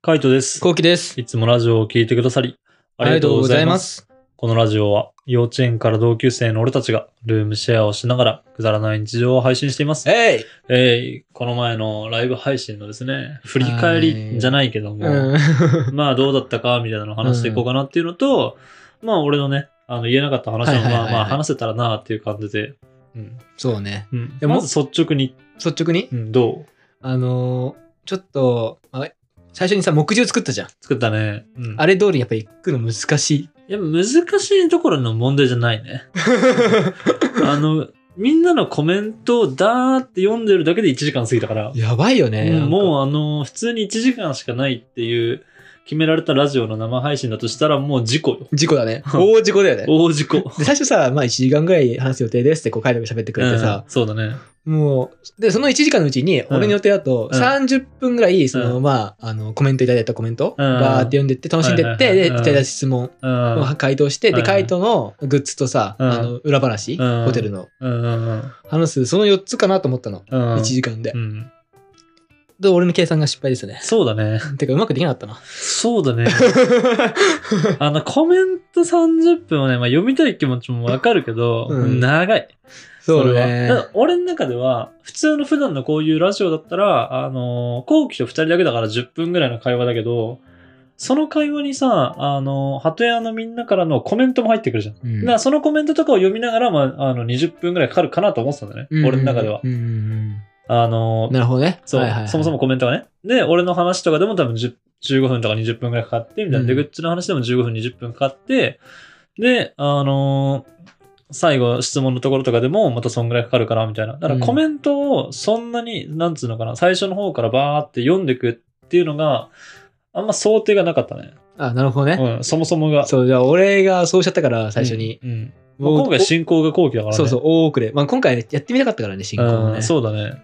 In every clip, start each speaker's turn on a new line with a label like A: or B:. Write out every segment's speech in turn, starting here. A: カイトです。
B: こうきです。
A: いつもラジオを聞いてくださり、ありがとうございます。
B: す。
A: このラジオは、幼稚園から同級生の俺たちが、ルームシェアをしながら、くだらない日常を配信しています。
B: えい、
A: えーこの前のライブ配信のですね、振り返りじゃないけども、
B: うん、
A: まあどうだったかみたいなのを話していこうかなっていうのと、まあ俺のね、あの言えなかった話も
B: はいはいはい
A: ま
B: は
A: あ
B: い
A: まあ話せたらなっていう感じで、うん。
B: そうね。
A: うん
B: でも
A: まず率直に、
B: 率直に、
A: うん、どう
B: あのーちょっと、あ最初にさ、木汁作ったじゃん。
A: 作ったね。うん、
B: あれ通りやっぱ行くの難し い。
A: いや、難しいところの問題じゃないね。 あの、みんなのコメントをだーって読んでるだけで1時間過ぎたから、
B: やばいよね。
A: うん
B: う、
A: もうあの、普通に1時間しかないっていう決められたラジオの生配信だとしたらもう事故よ。
B: 事故だね。大事故だよね。
A: 大事故。
B: で最初さ、まあ1時間ぐらい話す予定ですってこう、カイトが喋ってくれてさ
A: う、んそうだね。
B: もう、で、その1時間のうちに、
A: ん
B: 俺の予定だと
A: うん
B: 30分ぐらい、その、
A: う
B: まあ、あの、コメントいただいたコメント、
A: うん
B: バーって読んでって、楽しんでっ
A: はいはいはい
B: て、で、
A: はい
B: いただいた質問、
A: うん。
B: まあ 回答して、
A: はい
B: で、
A: はい
B: 回答のグッズとさ、
A: うん
B: あの裏話、
A: うん
B: ホテルの
A: うんうん
B: 話す、その4つかなと思ったの。
A: うん。
B: 1時間で
A: う。ん。
B: で、俺の計算が失敗ですね。
A: そうだね。
B: てか、うまくできなかっ たな。
A: そう だね。あの、コメント30分はね、まあ、読みたい気持ちもわかるけど、
B: うん
A: 長い。
B: そう
A: れ
B: ね
A: は。だから俺の中では、普通の普段のこういうラジオだったら、あのー、後期と2人だけだから10分ぐらいの会話だけど、その会話にさ、あのー、鳩屋のみんなからのコメントも入ってくるじゃん。
B: うん
A: だからそのコメントとかを読みながら、まあ、あの、20分ぐらいかかるかなと思ってたんだね。俺の中では
B: う。んうんうん
A: あのー、
B: なるほどね。
A: そう、
B: はいはいはい
A: そもそもコメントがね。で、俺の話とかでも多分10 15分とか20分くらいかかって、みたいな。で、
B: うん
A: グッズの話でも15分、20分かかって、で、あのー最後、質問のところとかでも、またそんぐらいかかるかな、みたいな。だか
B: う
A: ら
B: ん
A: コメントを、そんなに、なんつうのかな、最初の方からバーって読んでくっていうのが、あんま想定がなかったね。
B: あ、なるほどね。
A: うん、そもそもが。
B: そう、じゃあ俺がそうしちゃったから、最初に。
A: うん。うんまあ
B: もう
A: 今回進行が後期だから
B: お
A: ね。
B: そうそう、大遅れ。まあ今回ねやってみたかったからね、進行も
A: うん。
B: ね。
A: そうだね。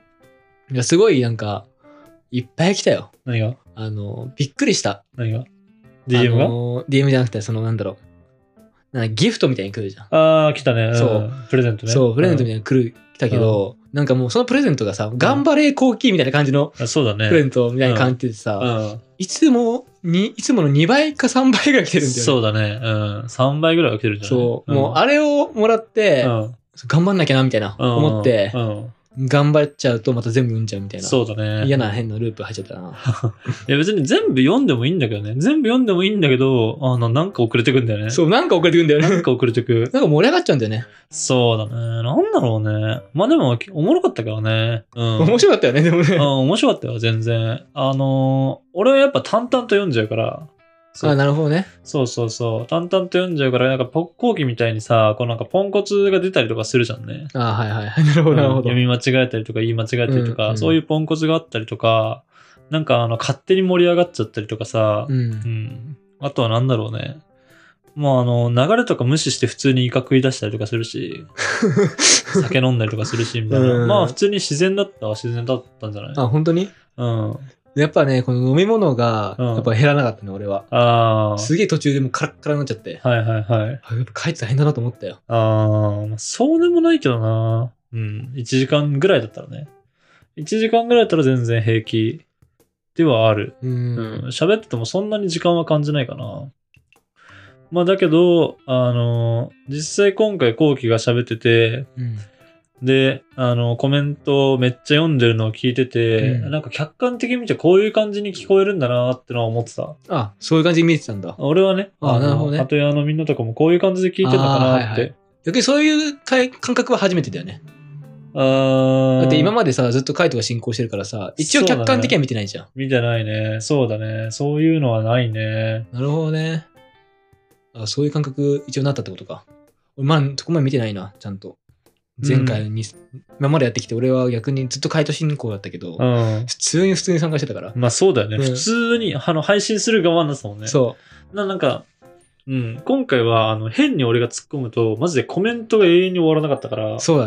B: いやすごいなんか、いっぱい来たよ。
A: 何が
B: あの、びっくりした。
A: 何が ?DM
B: あ
A: が
B: の ?DM じゃなくて、そのなんだろう。なんかギフトみたいに来るじゃん。
A: ああー、来たね。ん
B: そう。
A: プレゼントね。
B: そう、プレゼント
A: うん
B: みたいなの来る、来たけど、なんかもうそのプレゼントがさ、頑張れコーキーみたいな感じの
A: あそうだね。
B: プレゼントみたいな感じでさ、
A: う
B: いつもに、いつもの2倍か3倍ぐらい来て
A: ん。
B: るんだよね。
A: そうだね。うん。3倍ぐらいは来てるんじゃない
B: そう。もうあれをもらって、
A: うんうん
B: 頑張んなきゃなみたいな、
A: うん
B: 思って
A: う、ん
B: 頑張っちゃうとまた全部読んじゃうみたいな。
A: そうだね。
B: 嫌な変なループ入っちゃったな。
A: いや別に全部読んでもいいんだけどね。全部読んでもいいんだけど、あの、なんか遅れてくんだよ ね。
B: そう、なんか遅れてくんだよ
A: な
B: ね
A: ん。か遅れてく。
B: なんか盛り上がっちゃうんだよね。
A: そうだね。なんだろうね。まあでも、おもろかったけどね。うん。
B: 面白かったよね、でも
A: うん、
B: ね。
A: 面白かったよ、全然。あのー俺はやっぱ淡々と読んじゃうから。そう
B: あ、なるほどね。
A: そうそうそう。淡々と読んじゃうから、なんか、ポッコーキみたいにさ、こうなんか、ポンコツが出たりとかするじゃんね。
B: あはいはい はい。なるほど、なるほど
A: 読。み間違えたりとか言い間違えたりとか、
B: うんうん
A: そういうポンコツがあったりとかなんかあの勝手に盛り上がっちゃったりとかさ、
B: う。
A: うんんあとはなんだろうねもうあの流れとか無視して普通にイカ食い出したりとかする し酒飲んだりとかするしみたいな、
B: うん
A: まあ普通に自然だったは自然だったんじゃない
B: あ、本当に
A: うん、あ
B: やっぱね、この飲み物が、
A: うん
B: やっぱ減らなかったね、俺は。
A: あー
B: すげえ途中でもうカラッカラになっちゃって。
A: はいはいはい
B: あやっぱ帰って大変だなと思ったよ。
A: ああそうでもないけどなうん1時間ぐらいだったらね1時間ぐらいだったら全然平気ではある
B: うーん。
A: うん喋っててもそんなに時間は感じないかな。まあだけど、あの、実際今回後期が喋ってて、
B: うん。
A: で、あの、コメントをめっちゃ読んでるのを聞いてて、
B: うん
A: なんか客観的に見てこういう感じに聞こえるんだなってのは思ってた。
B: あ、そういう感じに見えてたんだ。
A: 俺はね、
B: あ
A: の
B: なるほどね
A: 鳩屋のみんなとかもこういう感じで聞いてんのかなっ
B: あーはいは
A: て
B: い。逆にそういうかい感覚は初めてだよね。
A: あー
B: だって今までさ、ずっとカイトが進行してるからさ、一応客観的には見てないじゃん。
A: 見てないね。そうだね。そういうのはないね。
B: なるほどね。あそういう感覚、一応なったってことか。俺まあ、そこまで見てないな、ちゃんと。前回に、今までやってきて、俺は逆にずっとカイト進行だったけど、
A: うん。
B: 普通に普通に参加してたから。
A: まあそうだよね。
B: うん
A: 普通に、あの、配信する側なんですもんね。
B: そ
A: ななんか、うん、今回はあの変に俺が突っ込むと、マジでコメントが永遠に終わらなかったから、
B: う、
A: そう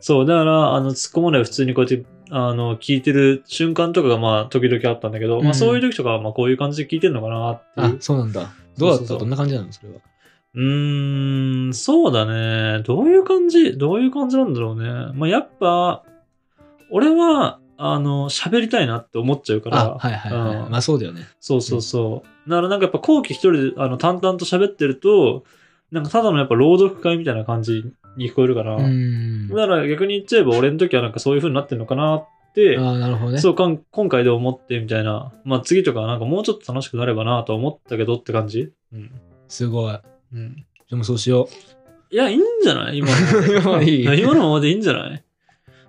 B: そうだね。
A: だからあの突っ込まない普通にこうやってあの聞いてる瞬間とかがまあ時々あったんだけど、
B: うん
A: まあ、そういう時とかはまあこういう感じで聞いてるのかなって
B: あ
A: いう。、
B: そうなんだ。どうだ
A: そう
B: った
A: そうそう
B: どんな感じなのそれは。
A: うーん、そうだね。どういう感じどういう感じなんだろうね。まあ、やっぱ、俺はあの、喋りたいなって思っちゃうから、
B: あ、はいはいはい。
A: うん
B: まあそうだよね。
A: そうそうそう。だからなんかやっぱ後期一人であの淡々と喋ってると、なんかただのやっぱ朗読会みたいな感じに聞こえるから、
B: うん。
A: だから逆に言っちゃえば俺の時はなんかそういう風になってるのかなって、
B: ああ、なるほどね。
A: そうかん今回で思ってみたいな、まあ次とかはなんかもうちょっと楽しくなればなとは思ったけどって感じ。うん。
B: すごい。
A: うん。
B: でもそうしよ
A: いや、いいんじゃない今
B: 今の
A: の。
B: まま でいい
A: 今のままでいいんじゃない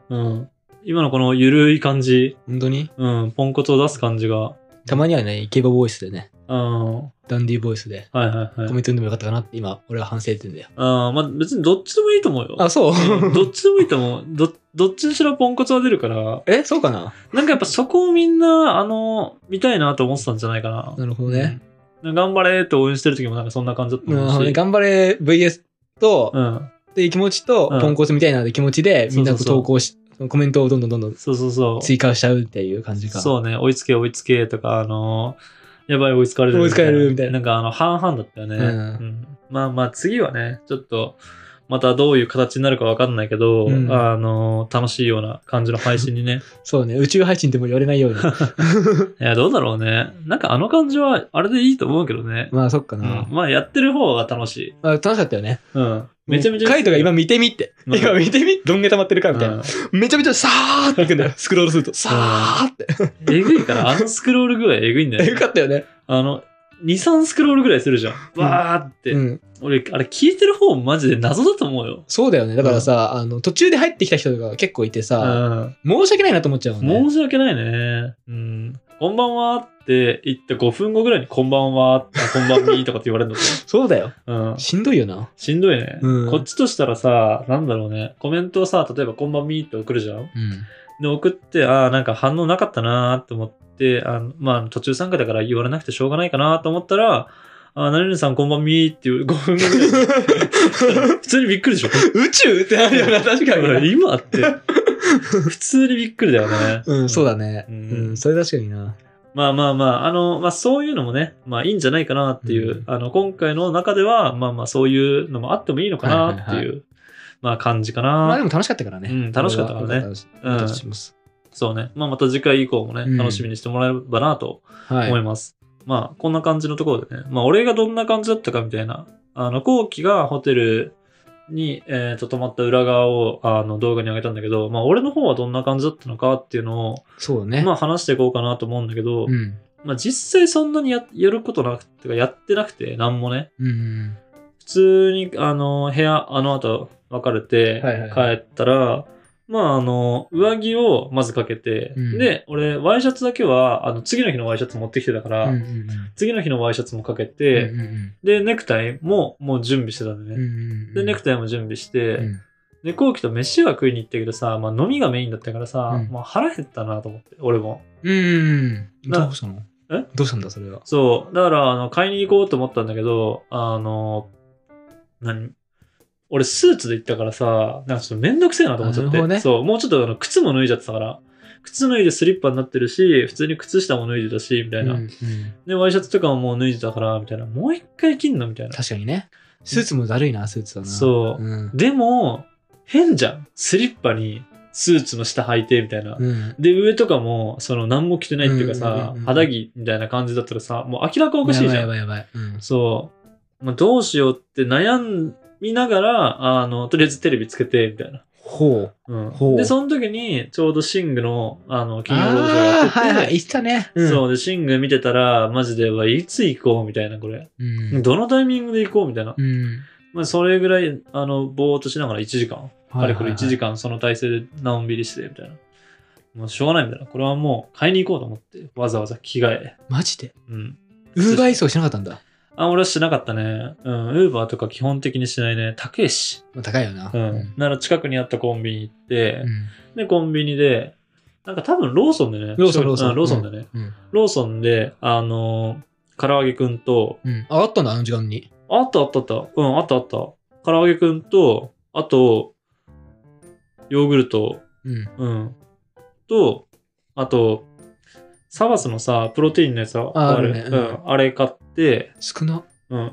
A: うん。今のこのゆるい感じ
B: う、。本当に
A: うん、ポンコツを出す感じが。
B: たまにはね、イケボボイスでね、
A: うん。は
B: ダンディーボイスで
A: いはいはい
B: コメ。ント読んでもよかったかなって今、俺は反省点だよ。
A: あーまあ別にどっちでもいいと思うよ。
B: あ、そう
A: うんどっちでもいいと思う。ど、どっちにしろポンコツは出るから、
B: え、そうかな
A: なんかやっぱそこをみんな、あの、見たいなと思ってたんじゃないかな。
B: なるほどね。
A: うん。頑張れって応援してる時もなんかそんな感じだったと
B: なる
A: 思
B: ほど
A: う
B: ね
A: し。
B: 頑張れ VS と、
A: うん。
B: っていう気持ちと、
A: うん
B: ポンコツみたいなって気持ちで、みんなこ
A: そうそ
B: う
A: うそう
B: 投稿し、コメントをどんどんどんどん
A: そうそうそう。
B: 追加しちゃうっていう感じか。
A: そうね、追いつけ追いつけとか、あのーやばい追いつかれる
B: 追いつかれるみたいな
A: なんかあの、半々だったよね。
B: うん
A: んまあまあ次はね、ちょっと、またどういう形になるかわかんないけど、
B: うん
A: あのー楽しいような感じの配信に ね。
B: そうね。宇宙配信でも言われな いように。
A: いや、どうだろうね。なんかあの感じは、あれでいいと思うけどね。
B: まあ、そっか
A: う
B: な。
A: んまあやってる方が楽しい。
B: まあ、楽しかったよね。
A: うん。めちゃめちゃ。
B: カイトが今見てみって。
A: うん
B: 今見てみどんげ溜まってるか
A: う
B: みたいな。
A: ん
B: めちゃめちゃさーっていくんだよ。 スクロールすると。さーって。
A: えぐい から、あのスクロール具合えぐいんだよね、
B: よかったよね。
A: あの、2、3スクロールぐらいするじゃん。わーって。
B: うん。
A: 俺、あれ聞いてる方マジで謎だと思うよ。
B: そうだよね。だからさ、あの、途中で入ってきた人が結構いてさ、申し訳ないなと思っちゃう
A: う
B: も
A: ん
B: んね。
A: 申し訳ないね。うん。こんばんはって言って5分後ぐらいにこんばんはって、こんばんみーとかって言われるのか
B: そうだよ。
A: な。うん。
B: しんどいよな。
A: しんどいね、
B: うん
A: こっちとしたらさ、なんだろうね。コメントをさ、例えばこんばんみーって送るじゃん。
B: うん。
A: で、送って、ああ、なんか反応なかったなーって思って、あのまあ、途中参加だから言われなくてしょうがないかなと思ったら、ああ、なにさんこんばんみーっていう5分後ぐらいに普通にびっくりでしょ。
B: 宇宙ってなる よな、確かに。
A: 今って、普通にびっくりだよね。
B: うん、そうだね。
A: う
B: うんん、それ確かにな。
A: まあまあまあ、あの、まあそういうのもね、まあいいんじゃないかなっていう、
B: うん
A: あの、今回の中では、まあまあそういうのもあってもいいのかなっていう、
B: はいはい
A: まあ感じか
B: まあで
A: な。
B: も楽しかったからね。
A: うん楽しかったからね
B: 俺は俺は楽し楽しみます。
A: そうね。まあまた次回以降もね、
B: うん
A: 楽しみにしてもらえればなと
B: はい。
A: 思います。まあこんな感じのところでね、まあ俺がどんな感じだったかみたいな、あの、後期がホテルに、えーと、泊まった裏側を、あの、動画に上げたんだけど、まあ俺の方はどんな感じだったのかっていうのを、
B: そうだね。
A: まあ話していこうかなと思うんだけど、
B: うん。
A: まあ実際そんなにややることなくてか、やってなくて、なんもね。
B: うん。
A: 普通に、あの、部屋、あの後別れて
B: はいはい、
A: 帰
B: は
A: ったら、まああの、上着をまずかけて、
B: うん
A: で、俺、ワイシャツだけは、あの、次の日のワイシャツ持ってきてたから、
B: うんうんうん
A: 次の日のワイシャツもかけ
B: うん
A: て、
B: うん
A: で、ネクタイももう準備してたんだ
B: う
A: ね。
B: ん
A: で、ネクタイも準備して、
B: うん
A: で、後期と飯は食いに行ったけどさ、まあ飲みがメインだったからさ、
B: うん
A: まあ腹減ったなと思って、俺も。
B: うん。
A: な
B: どうしたの
A: え
B: どうしたんだ、それは。
A: そう。だから、あの、買いに行こうと思ったんだけど、あの、何俺、スーツで行ったからさ、なんかちょっとめんどくせえなと思っちゃっ
B: なる
A: て。
B: ほどね
A: そう。もうちょっとあの靴も脱いじゃってたから。靴脱いでスリッパになってるし、普通に靴下も脱いでたし、みたいな。
B: うんうん
A: で、ワイシャツとかももう脱いでたから、みたいな。もう一回着んのみたいな。
B: 確かにね。スーツもだるいな、スーツだな。
A: そう。
B: うん。
A: でも、変じゃん。スリッパにスーツの下履いて、みたいな。
B: うん。
A: で、上とかも、その、何も着てないっていうかさ
B: うんうんうんう、ん
A: 肌着みたいな感じだったらさ、もう明らかおかしいじゃん
B: やば。いやばいやばい。うん
A: そう。まあ、どうしようって悩みながら、あの、とりあえずテレビつけて、みたいな。
B: ほう。
A: う
B: ほ
A: ん。
B: う
A: で、その時に、ちょうどシングの、あの、金曜ロードショーやって
B: ああ、
A: て
B: はいはい。言ってたね。。
A: そうう。で、シング見てたら、マジで、うわいつ行こうみたいな、これ。
B: うん。
A: どのタイミングで行こうみたいな。
B: うん。
A: まあ、それぐらい、あの、ぼーっとしながら1時間。あれこれ1時
B: 間。
A: 間、その体勢でのんびりして、みたいな。もうしょうがないみたいな。これはもう買いに行こうと思って、わざわざ着替え。
B: マジで
A: うん。
B: ウーバーイーツをしなかったんだ。
A: あ、俺はしてなかったね。うん。ウーバーとか基本的にしないね。高いし。
B: まあ高いよな。
A: う
B: うん
A: ん。なら近くにあったコンビニ行って、
B: うん
A: で、コンビニで、なんか多分ローソンでね。
B: ローソン
A: うん
B: ローソン
A: ローソンでね。
B: うん。
A: ローソンで、あのー、唐揚げくんと、
B: うん。あ、あったんだ、あの時間に。
A: あったあったあった。うん、あったあった。唐揚げくんと、あと、ヨーグルト、
B: うん。
A: うん。と、あと、サバスのさ、プロテインのやつあ
B: あ
A: る
B: あるね
A: う
B: うん
A: ん。あれ買って、
B: 少な。
A: うん。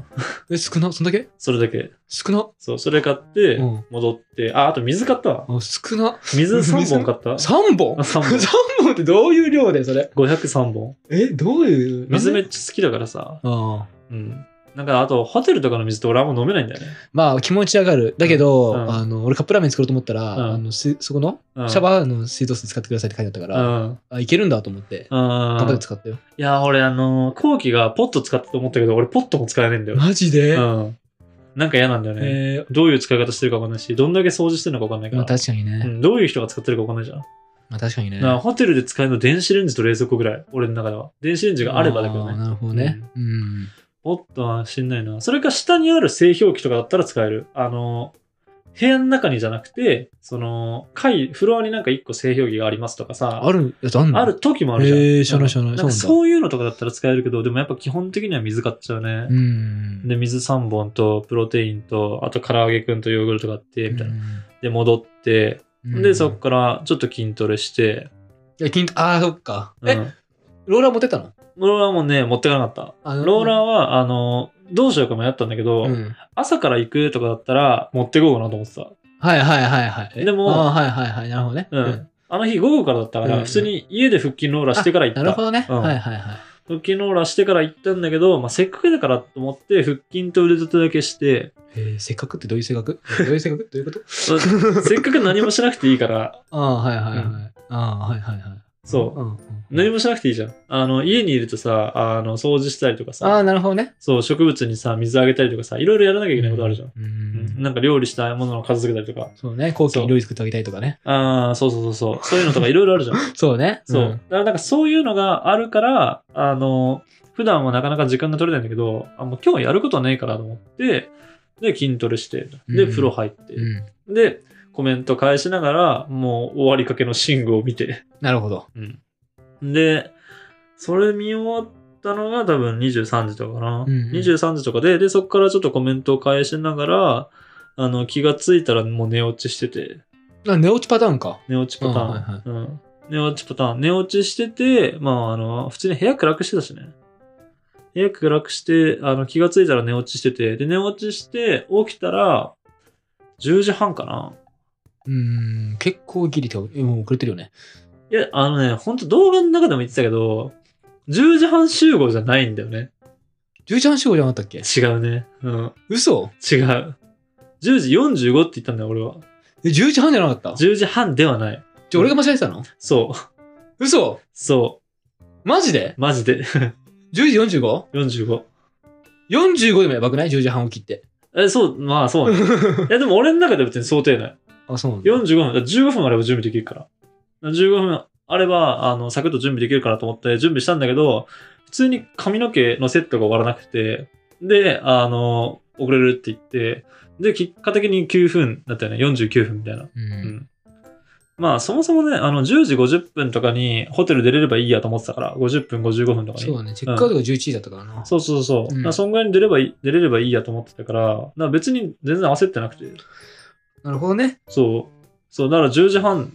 B: え、少な、そんだけ
A: それだけ。
B: 少な。
A: そう、それ買って
B: うん、
A: 戻って、あ、あと水買ったわ。
B: あ、少な。
A: 水3本買 った。
B: 3本
A: あ
B: ?3
A: 三 本
B: 本ってどういう量で、それ。
A: 503本。
B: え、どういう。
A: 水め
B: 目
A: っちゃ好きだからさ。
B: ああ。
A: うん。なんか、あと、ホテルとかの水って俺あんま飲めないんだよね。
B: まあ、気持ち上がる。だけど、
A: うん
B: あの、俺カップラーメン作ろうと思ったら、
A: うん
B: あの、すそこの、
A: うん
B: シャバーの水道水使ってくださいって書いてあったから、
A: うん。
B: あ、いけるんだと思って、頑張
A: う
B: って
A: ん。
B: 使ったよ。
A: いや、俺、あの、後期がポット使ったと思ったけど、俺、ポットも使えないんだよ。
B: マジで、
A: うん。なんか嫌なんだよね。
B: えー
A: どういう使い方してるか分かんないし、どんだけ掃除してるのか分かんないか
B: まあ
A: ら。
B: 確かにね。
A: うん、どういう人が使ってるか分かんないじゃん。
B: まあ確かにね。
A: だからホテルで使えるの電子レンジと冷蔵庫ぐらい、俺の中では。電子レンジがあればだけど
B: あー
A: ね。
B: なるほどね。うん。
A: おっとはしんないな。それか下にある製氷機とかだったら使える。あの、部屋の中にじゃなくて、その、階、フロアになんか1個製氷機がありますとかさ、
B: あるやつあんの
A: ある時もあるじゃん。
B: へー知らない知らない
A: うん
B: そ
A: な
B: う
A: か
B: んなんだ
A: そういうのとかだったら使えるけど、でもやっぱ基本的には水買っちゃうね。
B: うん。
A: で、水3本と、プロテインと、あと唐揚げくんとヨーグルトがあって、みたいな。で、戻って、
B: うん
A: で、そっ。からちょっと筋トレして、
B: いや、筋ああ、そっか。
A: うん
B: え、ローラー持ってったの
A: ローラーもね、持ってかなかった。
B: あの
A: ローラーは、あの、どうしようか迷ったんだけど、
B: うん。
A: 朝から行くとかだったら持ってこうかなと思ってた。
B: はいはいはいはい。え
A: でも
B: ああ、はいはいはい。なるほどね。
A: うんあの日午後からだったか
B: うんう
A: ら、
B: ん
A: 普通に家で腹筋ローラーしてから行った。
B: なるほどね。
A: うん
B: はいはいはい。
A: 腹筋ローラーしてから行ったんだけど、まあ、せっかくだからと思って、腹筋と腕立てだけして、
B: えー、せっかくってどういう性格 どういう性格どういうこと
A: せ っかく何もしなくていいから、
B: ああ、はいは
A: う
B: いはい。ああ、はいはいはい。
A: そう。
B: うんうん
A: 何もしなくていいじゃん。あの、家にいるとさ、あの、掃除したりとか
B: あ
A: さ、
B: あ、なるほどね。
A: そう、植物にさ、水あげたりとかさ、いろいろやらなきゃいけないことあるじゃん。
B: う
A: うん
B: ん。
A: なんか料理したいものの片付けたりとか。
B: そうね。後期
A: そう
B: に料理作ってあげたいとかね。
A: ああ、そうそうそうそう。そういうのとかいろいろあるじゃん。
B: そうね。
A: そう。
B: ん
A: だ。からなんかそういうのがあるから、あの、普段はなかなか時間が取れないんだけど、あもう今日はやることはないからと思って、で、筋トレして、で、
B: うん
A: 風呂入って、
B: うん。
A: で、コメント返しながら、もう終わりかけの寝具を見て、
B: なるほど。
A: で、それ見終わったのが多分23時とかかな。
B: うんうん
A: 23時とかで、で、そこからちょっとコメントを返しながら、あの、気がついたらもう寝落ちしてて、
B: あ寝落ちパターンか。
A: 寝落ちパターン。
B: うんはいはい
A: うん寝落ちパターン。寝落ちしてて、まあ、あの、普通に部屋暗くしてたしね。部屋暗くして、あの、気がついたら寝落ちしてて、で、寝落ちして、起きたら、10時半かな。
B: うーん、結構ギリ手を、えもう遅れてるよね。
A: いや、あのね、ほんと動画の中でも言ってたけど、10時半集合じゃないんだよね。
B: 11時半集合じゃなかったっけ
A: 違うね。うん。違
B: 嘘
A: う。10時45って言ったんだよ、俺は。
B: え、11時半じゃなかったじゃ
A: 10時半ではない。
B: あ俺が間違えてたの
A: そう。
B: 嘘
A: そ
B: マジで
A: う。マジで。
B: ?10 時 45?45
A: 45。
B: でもやばくない ?10 時半起きって。
A: え、そう、まあそうね。いや、でも俺の中では別に想定内。
B: あ、そうなんだ。
A: 45分、だから15分あれば準備できるから。15分あれば、あの、サクッと準備できるかなと思って準備したんだけど、普通に髪の毛のセットが終わらなくて、で、あの、遅れるって言って、で、結果的に9分だったよね。49分みたいな。
B: う。
A: うんんまあ、そもそもね、あの、10時50分とかにホテル出れればいいやと思ってたから、50分、55分とかに。
B: そうだね。チェックアウトが11時だったからな。
A: そうそうそう。
B: うん
A: だからそんぐらいに出ればいい、出れればいいやと思ってたから、だから別に全然焦ってなくて。
B: なるほどね。
A: そう。そう、だから10時半っ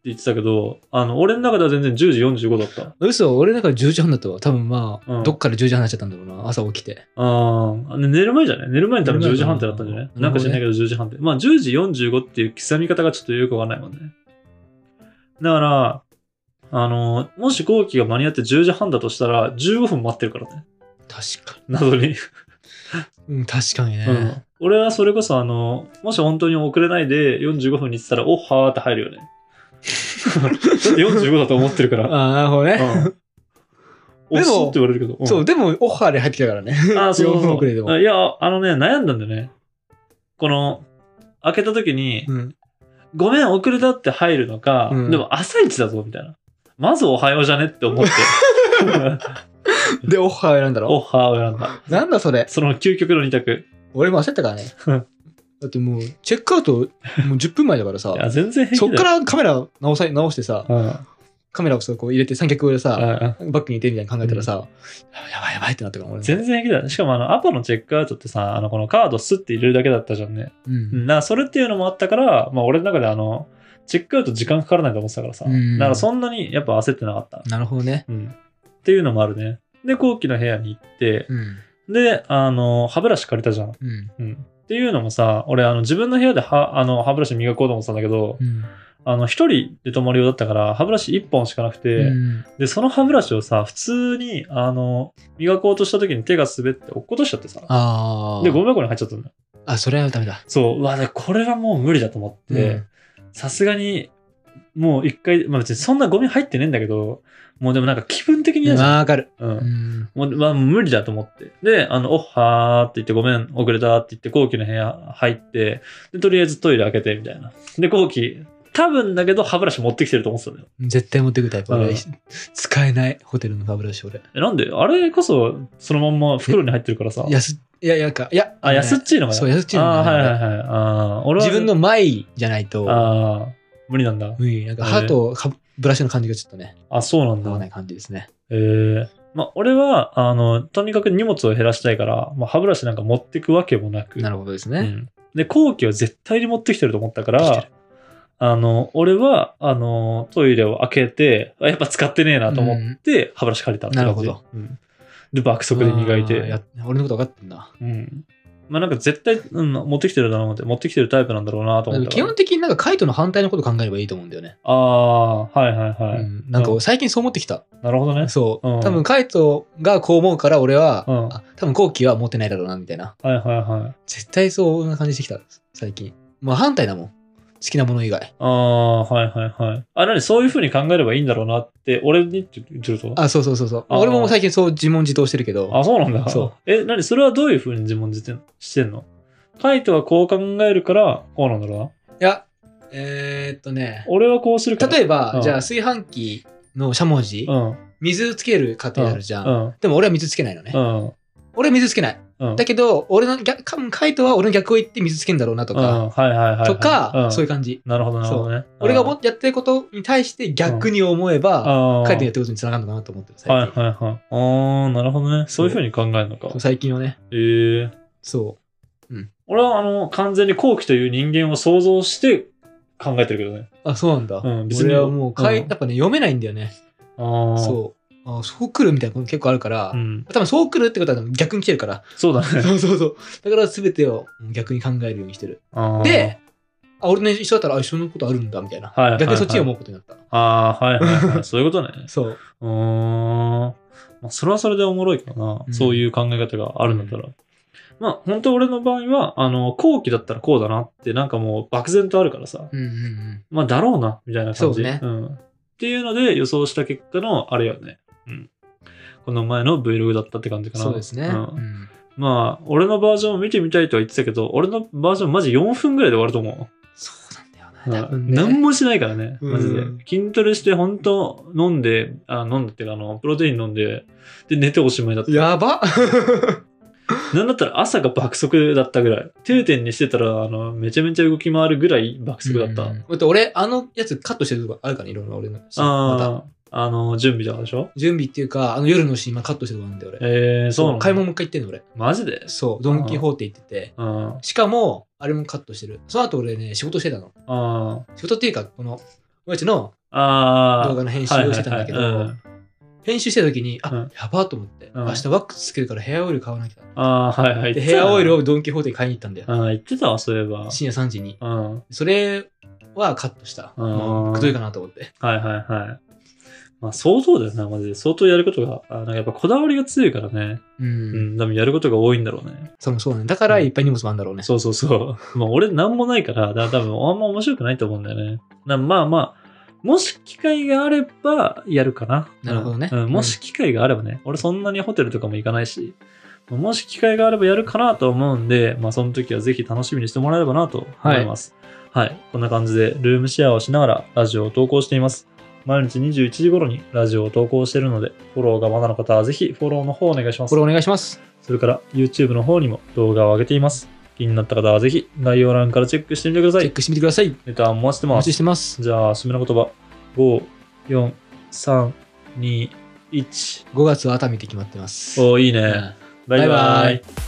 A: て言ってたけど、あの、俺の中では全然10時45だった。
B: 嘘俺だから10時半だったわ。多分まあ、
A: うん
B: どっから10時半になっちゃったんだろうな。朝起きて。
A: あーあ、ね寝る前じゃない寝る前に多分
B: 寝る
A: 10
B: 前
A: 時半
B: かな
A: ってなったんじゃない
B: うん
A: なんか知んないけど10時半って。まあ10時45っていう刻み方がちょっとよくわかんないもんね。だから、あの、もし後期が間に合って10時半だとしたら15分待ってるからね。
B: 確か
A: 謎に。
B: に。うん、確かにね。
A: うん。俺はそれこそあの、もし本当に遅れないで45分に行ってたら、おっはーって入るよ ね。だって45だと思ってるから。
B: ああ、なるほどね。
A: うん、で
B: でも
A: も、って言われるけど。ん
B: そう、でも、オファーで入ってきたからね。
A: あーそうそう
B: 4分遅れでも
A: あいや、あのね、悩んだんだよね。この、開けた時に、
B: うん。
A: ごめん、遅れたって入るのか、
B: うん
A: でも朝一だぞ、みたいな。まずおはようじゃねって 思って、
B: で、オファー選んだ
A: お
B: ろ。
A: はを選んだ。
B: なんだそれ。
A: その究極の二択。
B: 俺も焦ったからね。だってもう、チェックアウト、もう10分前だからさ
A: い、や、全然平気だ
B: そっ
A: よ
B: からカメラ直さ直してさ、
A: うん。
B: カメラをそうこう入れて三脚でさ、
A: うん
B: バックにいてみたいなの考えたらさ、やばいやばいってなったから俺も。
A: 全然平気だよ。しかも、あの、アポのチェックアウトってさ、あの、このカードスッて入れるだけだったじゃんね。
B: うん
A: うんな、それっていうのもあったから、まあ、俺の中であの、チェックアウト時間かからないと思ってたからさ。
B: うん
A: だから、そんなにやっぱ焦ってなかった。
B: なるほどね。
A: うん。っていうのもあるね。で、後期の部屋に行って、
B: うん。
A: で、あの、歯ブラシ借りたじゃん。
B: うん。
A: うん。っていうのもさ、俺、あの、自分の部屋で歯、あの、歯ブラシ磨こうと思ってたんだけど、
B: うん。
A: あの、一人で泊まるようだったから、歯ブラシ一本しかなくて、
B: うん
A: で、その歯ブラシをさ、普通に、あの、磨こうとした時に手が滑って落っことしちゃってさ、
B: ああ。
A: で、ゴミ箱に入っちゃったんだよ。
B: あ、それはダメだ。
A: そう、うわ、で、これはもう無理だと思って、さすがに、もう一回、まあ別にそんなゴミ入ってねえんだけど、もうでもなんか気分的に
B: うん。
A: 嫌じゃん。
B: わかる。
A: う。
B: うんん。
A: もう、まあ、無理だと思って。で、あの、おっはーって言って、ごめん、遅れたって言って、後期の部屋入って、で、とりあえずトイレ開けて、みたいな。で、後期、多分だけど歯ブラシ持ってきてると思ってたんだよ。
B: 絶対持ってくタイプ。
A: う
B: 俺
A: ん、
B: 使えないホテルの歯ブラシ、俺。
A: え、なんであれこそ、そのまんま袋に入ってるからさ。
B: 安っ、いや、いや、なんか、いや、
A: あ、安っ
B: ね
A: ちいのかな
B: そう安っちいの
A: あ
B: が
A: ーは
B: ね
A: いはいはい。あー俺は
B: 自分の、前じゃないと、
A: ああ、無理なんだ。
B: 無理。なんか、歯と歯ブラシの感じがちょっとね、
A: あ、そうなん
B: 合わな
A: だ。
B: い感じですね。
A: えー、まあ、俺は、あの、とにかく荷物を減らしたいから、まあ、歯ブラシなんか持ってくわけもなく。
B: なるほどです
A: う
B: ね。
A: ん、で、後期は絶対に持ってきてると思ったか
B: 持ってきて
A: ら、あの、俺は、あの、トイレを開けて、あやっぱ使ってねえなと思って、歯ブラシ借りたって感じ。
B: なるほど
A: うんで、爆速で磨い
B: あー
A: て。
B: や俺のこと分かってんな。
A: うん。まあ、なんか絶対、うん、持ってきてるだろうなって、持ってきてるタイプなんだろうなと思ったか
B: 基
A: ら。
B: 本的になんか、カイトの反対のこと考えればいいと思うんだよね。
A: ああー、はいはいはい。
B: うんなんか俺最近そう思ってきた。
A: なるほどね。
B: そう
A: うん。
B: 多分カイトがこう思うから俺は、
A: うん
B: あ多分後期は持ってないだろうな、みたいな。
A: はいはいはい。
B: 絶対そうな感じしてきた、最近。まあ反対だもん。好きなもの以外。
A: ああ、はいはいはい。あ、なに、そういうふうに考えればいいんだろうなって、俺にって言ってると。
B: あ、そうそうそうそう。
A: あー
B: 俺も最近そう自問自答してるけど。
A: あ、そうなんだ。
B: そう
A: え、なに、それはどういうふうに自問自答してんのカイトはこう考えるから、こうなんだろうな。
B: いや、えーっとね。
A: 俺はこうするから。
B: 例
A: え
B: えば、
A: うん
B: じゃあ炊飯器のしゃもじ、
A: うん。
B: 水つける過程あるじゃん。
A: うん。
B: でも俺は水つけないのね。
A: うん。
B: 俺は水つけない。
A: うん。
B: だけど、俺の逆、多分カイトは俺の逆を言って水つけんだろうなと
A: うん。
B: か、
A: はいはいはいはい。
B: とか、
A: ん
B: そういう感じ。
A: なるほどなるほどね。
B: 俺が
A: 持
B: 思っやってることに対して逆に思えば、
A: あ
B: カイトのや
A: ー
B: ってることにつながるのかなと思ってる、最
A: はいはい
B: 近。
A: はい。あー、なるほどね。そういうふうに考えるのか。
B: 最近はね、
A: えー。
B: そ
A: 俺はあの完全に後期という人間を想像して考えてるけどね
B: う。。あ、そうなんだ。
A: うん別に
B: 俺はもうカイ、
A: うん
B: やっぱね、読めないんだよね。
A: ああ。
B: そう。あそう来るみたいなこと結構あるから、
A: うん。
B: 多分そう来るってことは逆に来てるから。
A: そうだね。
B: そうそうそう。だから全てを逆に考えるようにしてる。
A: あー、
B: で、あ、俺ね、一緒だったら、あ、一緒のことあるんだ、みたいな。
A: はいはいはい
B: 逆にそっちに思うことになった。
A: ああ、はいはいはい。そういうことね。
B: そう。
A: うーん。まあ、それはそれでおもろいかな。
B: うん
A: そういう考え方があるんだったら。まあ、本当俺の場合は、あの、後期だったらこうだなって、なんかもう漠然とあるからさ。
B: うんうんうん。
A: まあ、だろうな、みたいな感じ。
B: そうね
A: ん。っていうので予想した結果の、あれよね。うん。この前の Vlog だったって感じかな。
B: そうですね。
A: うん
B: うん
A: まあ、俺のバージョンを見てみたいとは言ってたけど、俺のバージョンマジ4分ぐらいで終わると思
B: そうなんだ
A: う。
B: よな。多分ね。
A: 何もしないからね、マジで
B: うん。
A: 筋トレして、本当飲んで、あ飲んでっていうか、あの、プロテイン飲んで、で、寝ておしまいだった。
B: やば
A: なんだったら朝が爆速だったぐらい。定点にしてたら、あの、めちゃめちゃ動き回るぐらい爆速だった。
B: うんだって俺、あのやつカットしてるとこあるから、いろんな俺の。ま
A: ああ、あの、準備とかでしょ
B: た準備っていうか、あの夜のシーン今カットしてるとこなんだよ、俺。
A: えー、そうなの
B: 買い物もう一回行ってんの、俺。
A: マジで
B: そう、ドン・キホーテ行ってて。
A: うん。あ
B: しかも、あれもカットしてる。その後俺ね、仕事してたの。
A: あ。
B: 仕事っていうか、この、俺たちの
A: ああ。
B: 動画の編集
A: はい
B: を
A: は
B: し
A: い
B: てたん
A: は
B: だ
A: い
B: け
A: う
B: ど、
A: ん
B: 編集してた時に、
A: う
B: あ
A: ん、
B: やばと思って、
A: うん
B: 明日ワックスつけるからヘアオイル買わなきゃ。
A: ああ、はいはい。
B: で、ヘアオイル
A: を。
B: をドン・キホーテに買いに行ったんだよ。
A: ああ、言ってたわ、そういえば。
B: 深夜3時に。
A: うん。
B: それはカットした。
A: うん
B: もうくどいかなと思って。
A: はいはいはい。まあ相当だよな、マジで。相当やることが、あなんかやっぱこだわりが強いからね。う
B: う。
A: んん、多分やることが多いんだろうね。
B: そうそうね。だからいっぱい荷物もあるんだろうね。
A: そうそうそう。ま あ俺なんもないから、だから多分あんま面白くないと思うんだよね。なまあまあ、もし機会があればやるかな。
B: なるほどね
A: うん、もし機会があればね。俺そんなにホテルとかも行かないし、もし機会があればやるかなと思うんで、まあその時はぜひ楽しみにしてもらえればなと思います。はい、こんな感じでルームシェアをしながらラジオを投稿しています。毎日21時頃にラジオを投稿しているので、フォローがまだの方はぜひフォローの方お願いします
B: これ。お願いします。
A: それから YouTube の方にも動画を上げています。気になった方はぜひ概要欄からチェックしてみてくださ
B: チェ
A: い
B: ッ。クしてみてください。
A: ネタお待ちして
B: お
A: ま
B: 待ちし
A: す。
B: てます。
A: じゃあ、締めの言葉。5、4、3、2、1。
B: 5月は熱海って決まってます。
A: おーいいね。
B: うん
A: バイバ
B: バイバ
A: イ
B: イ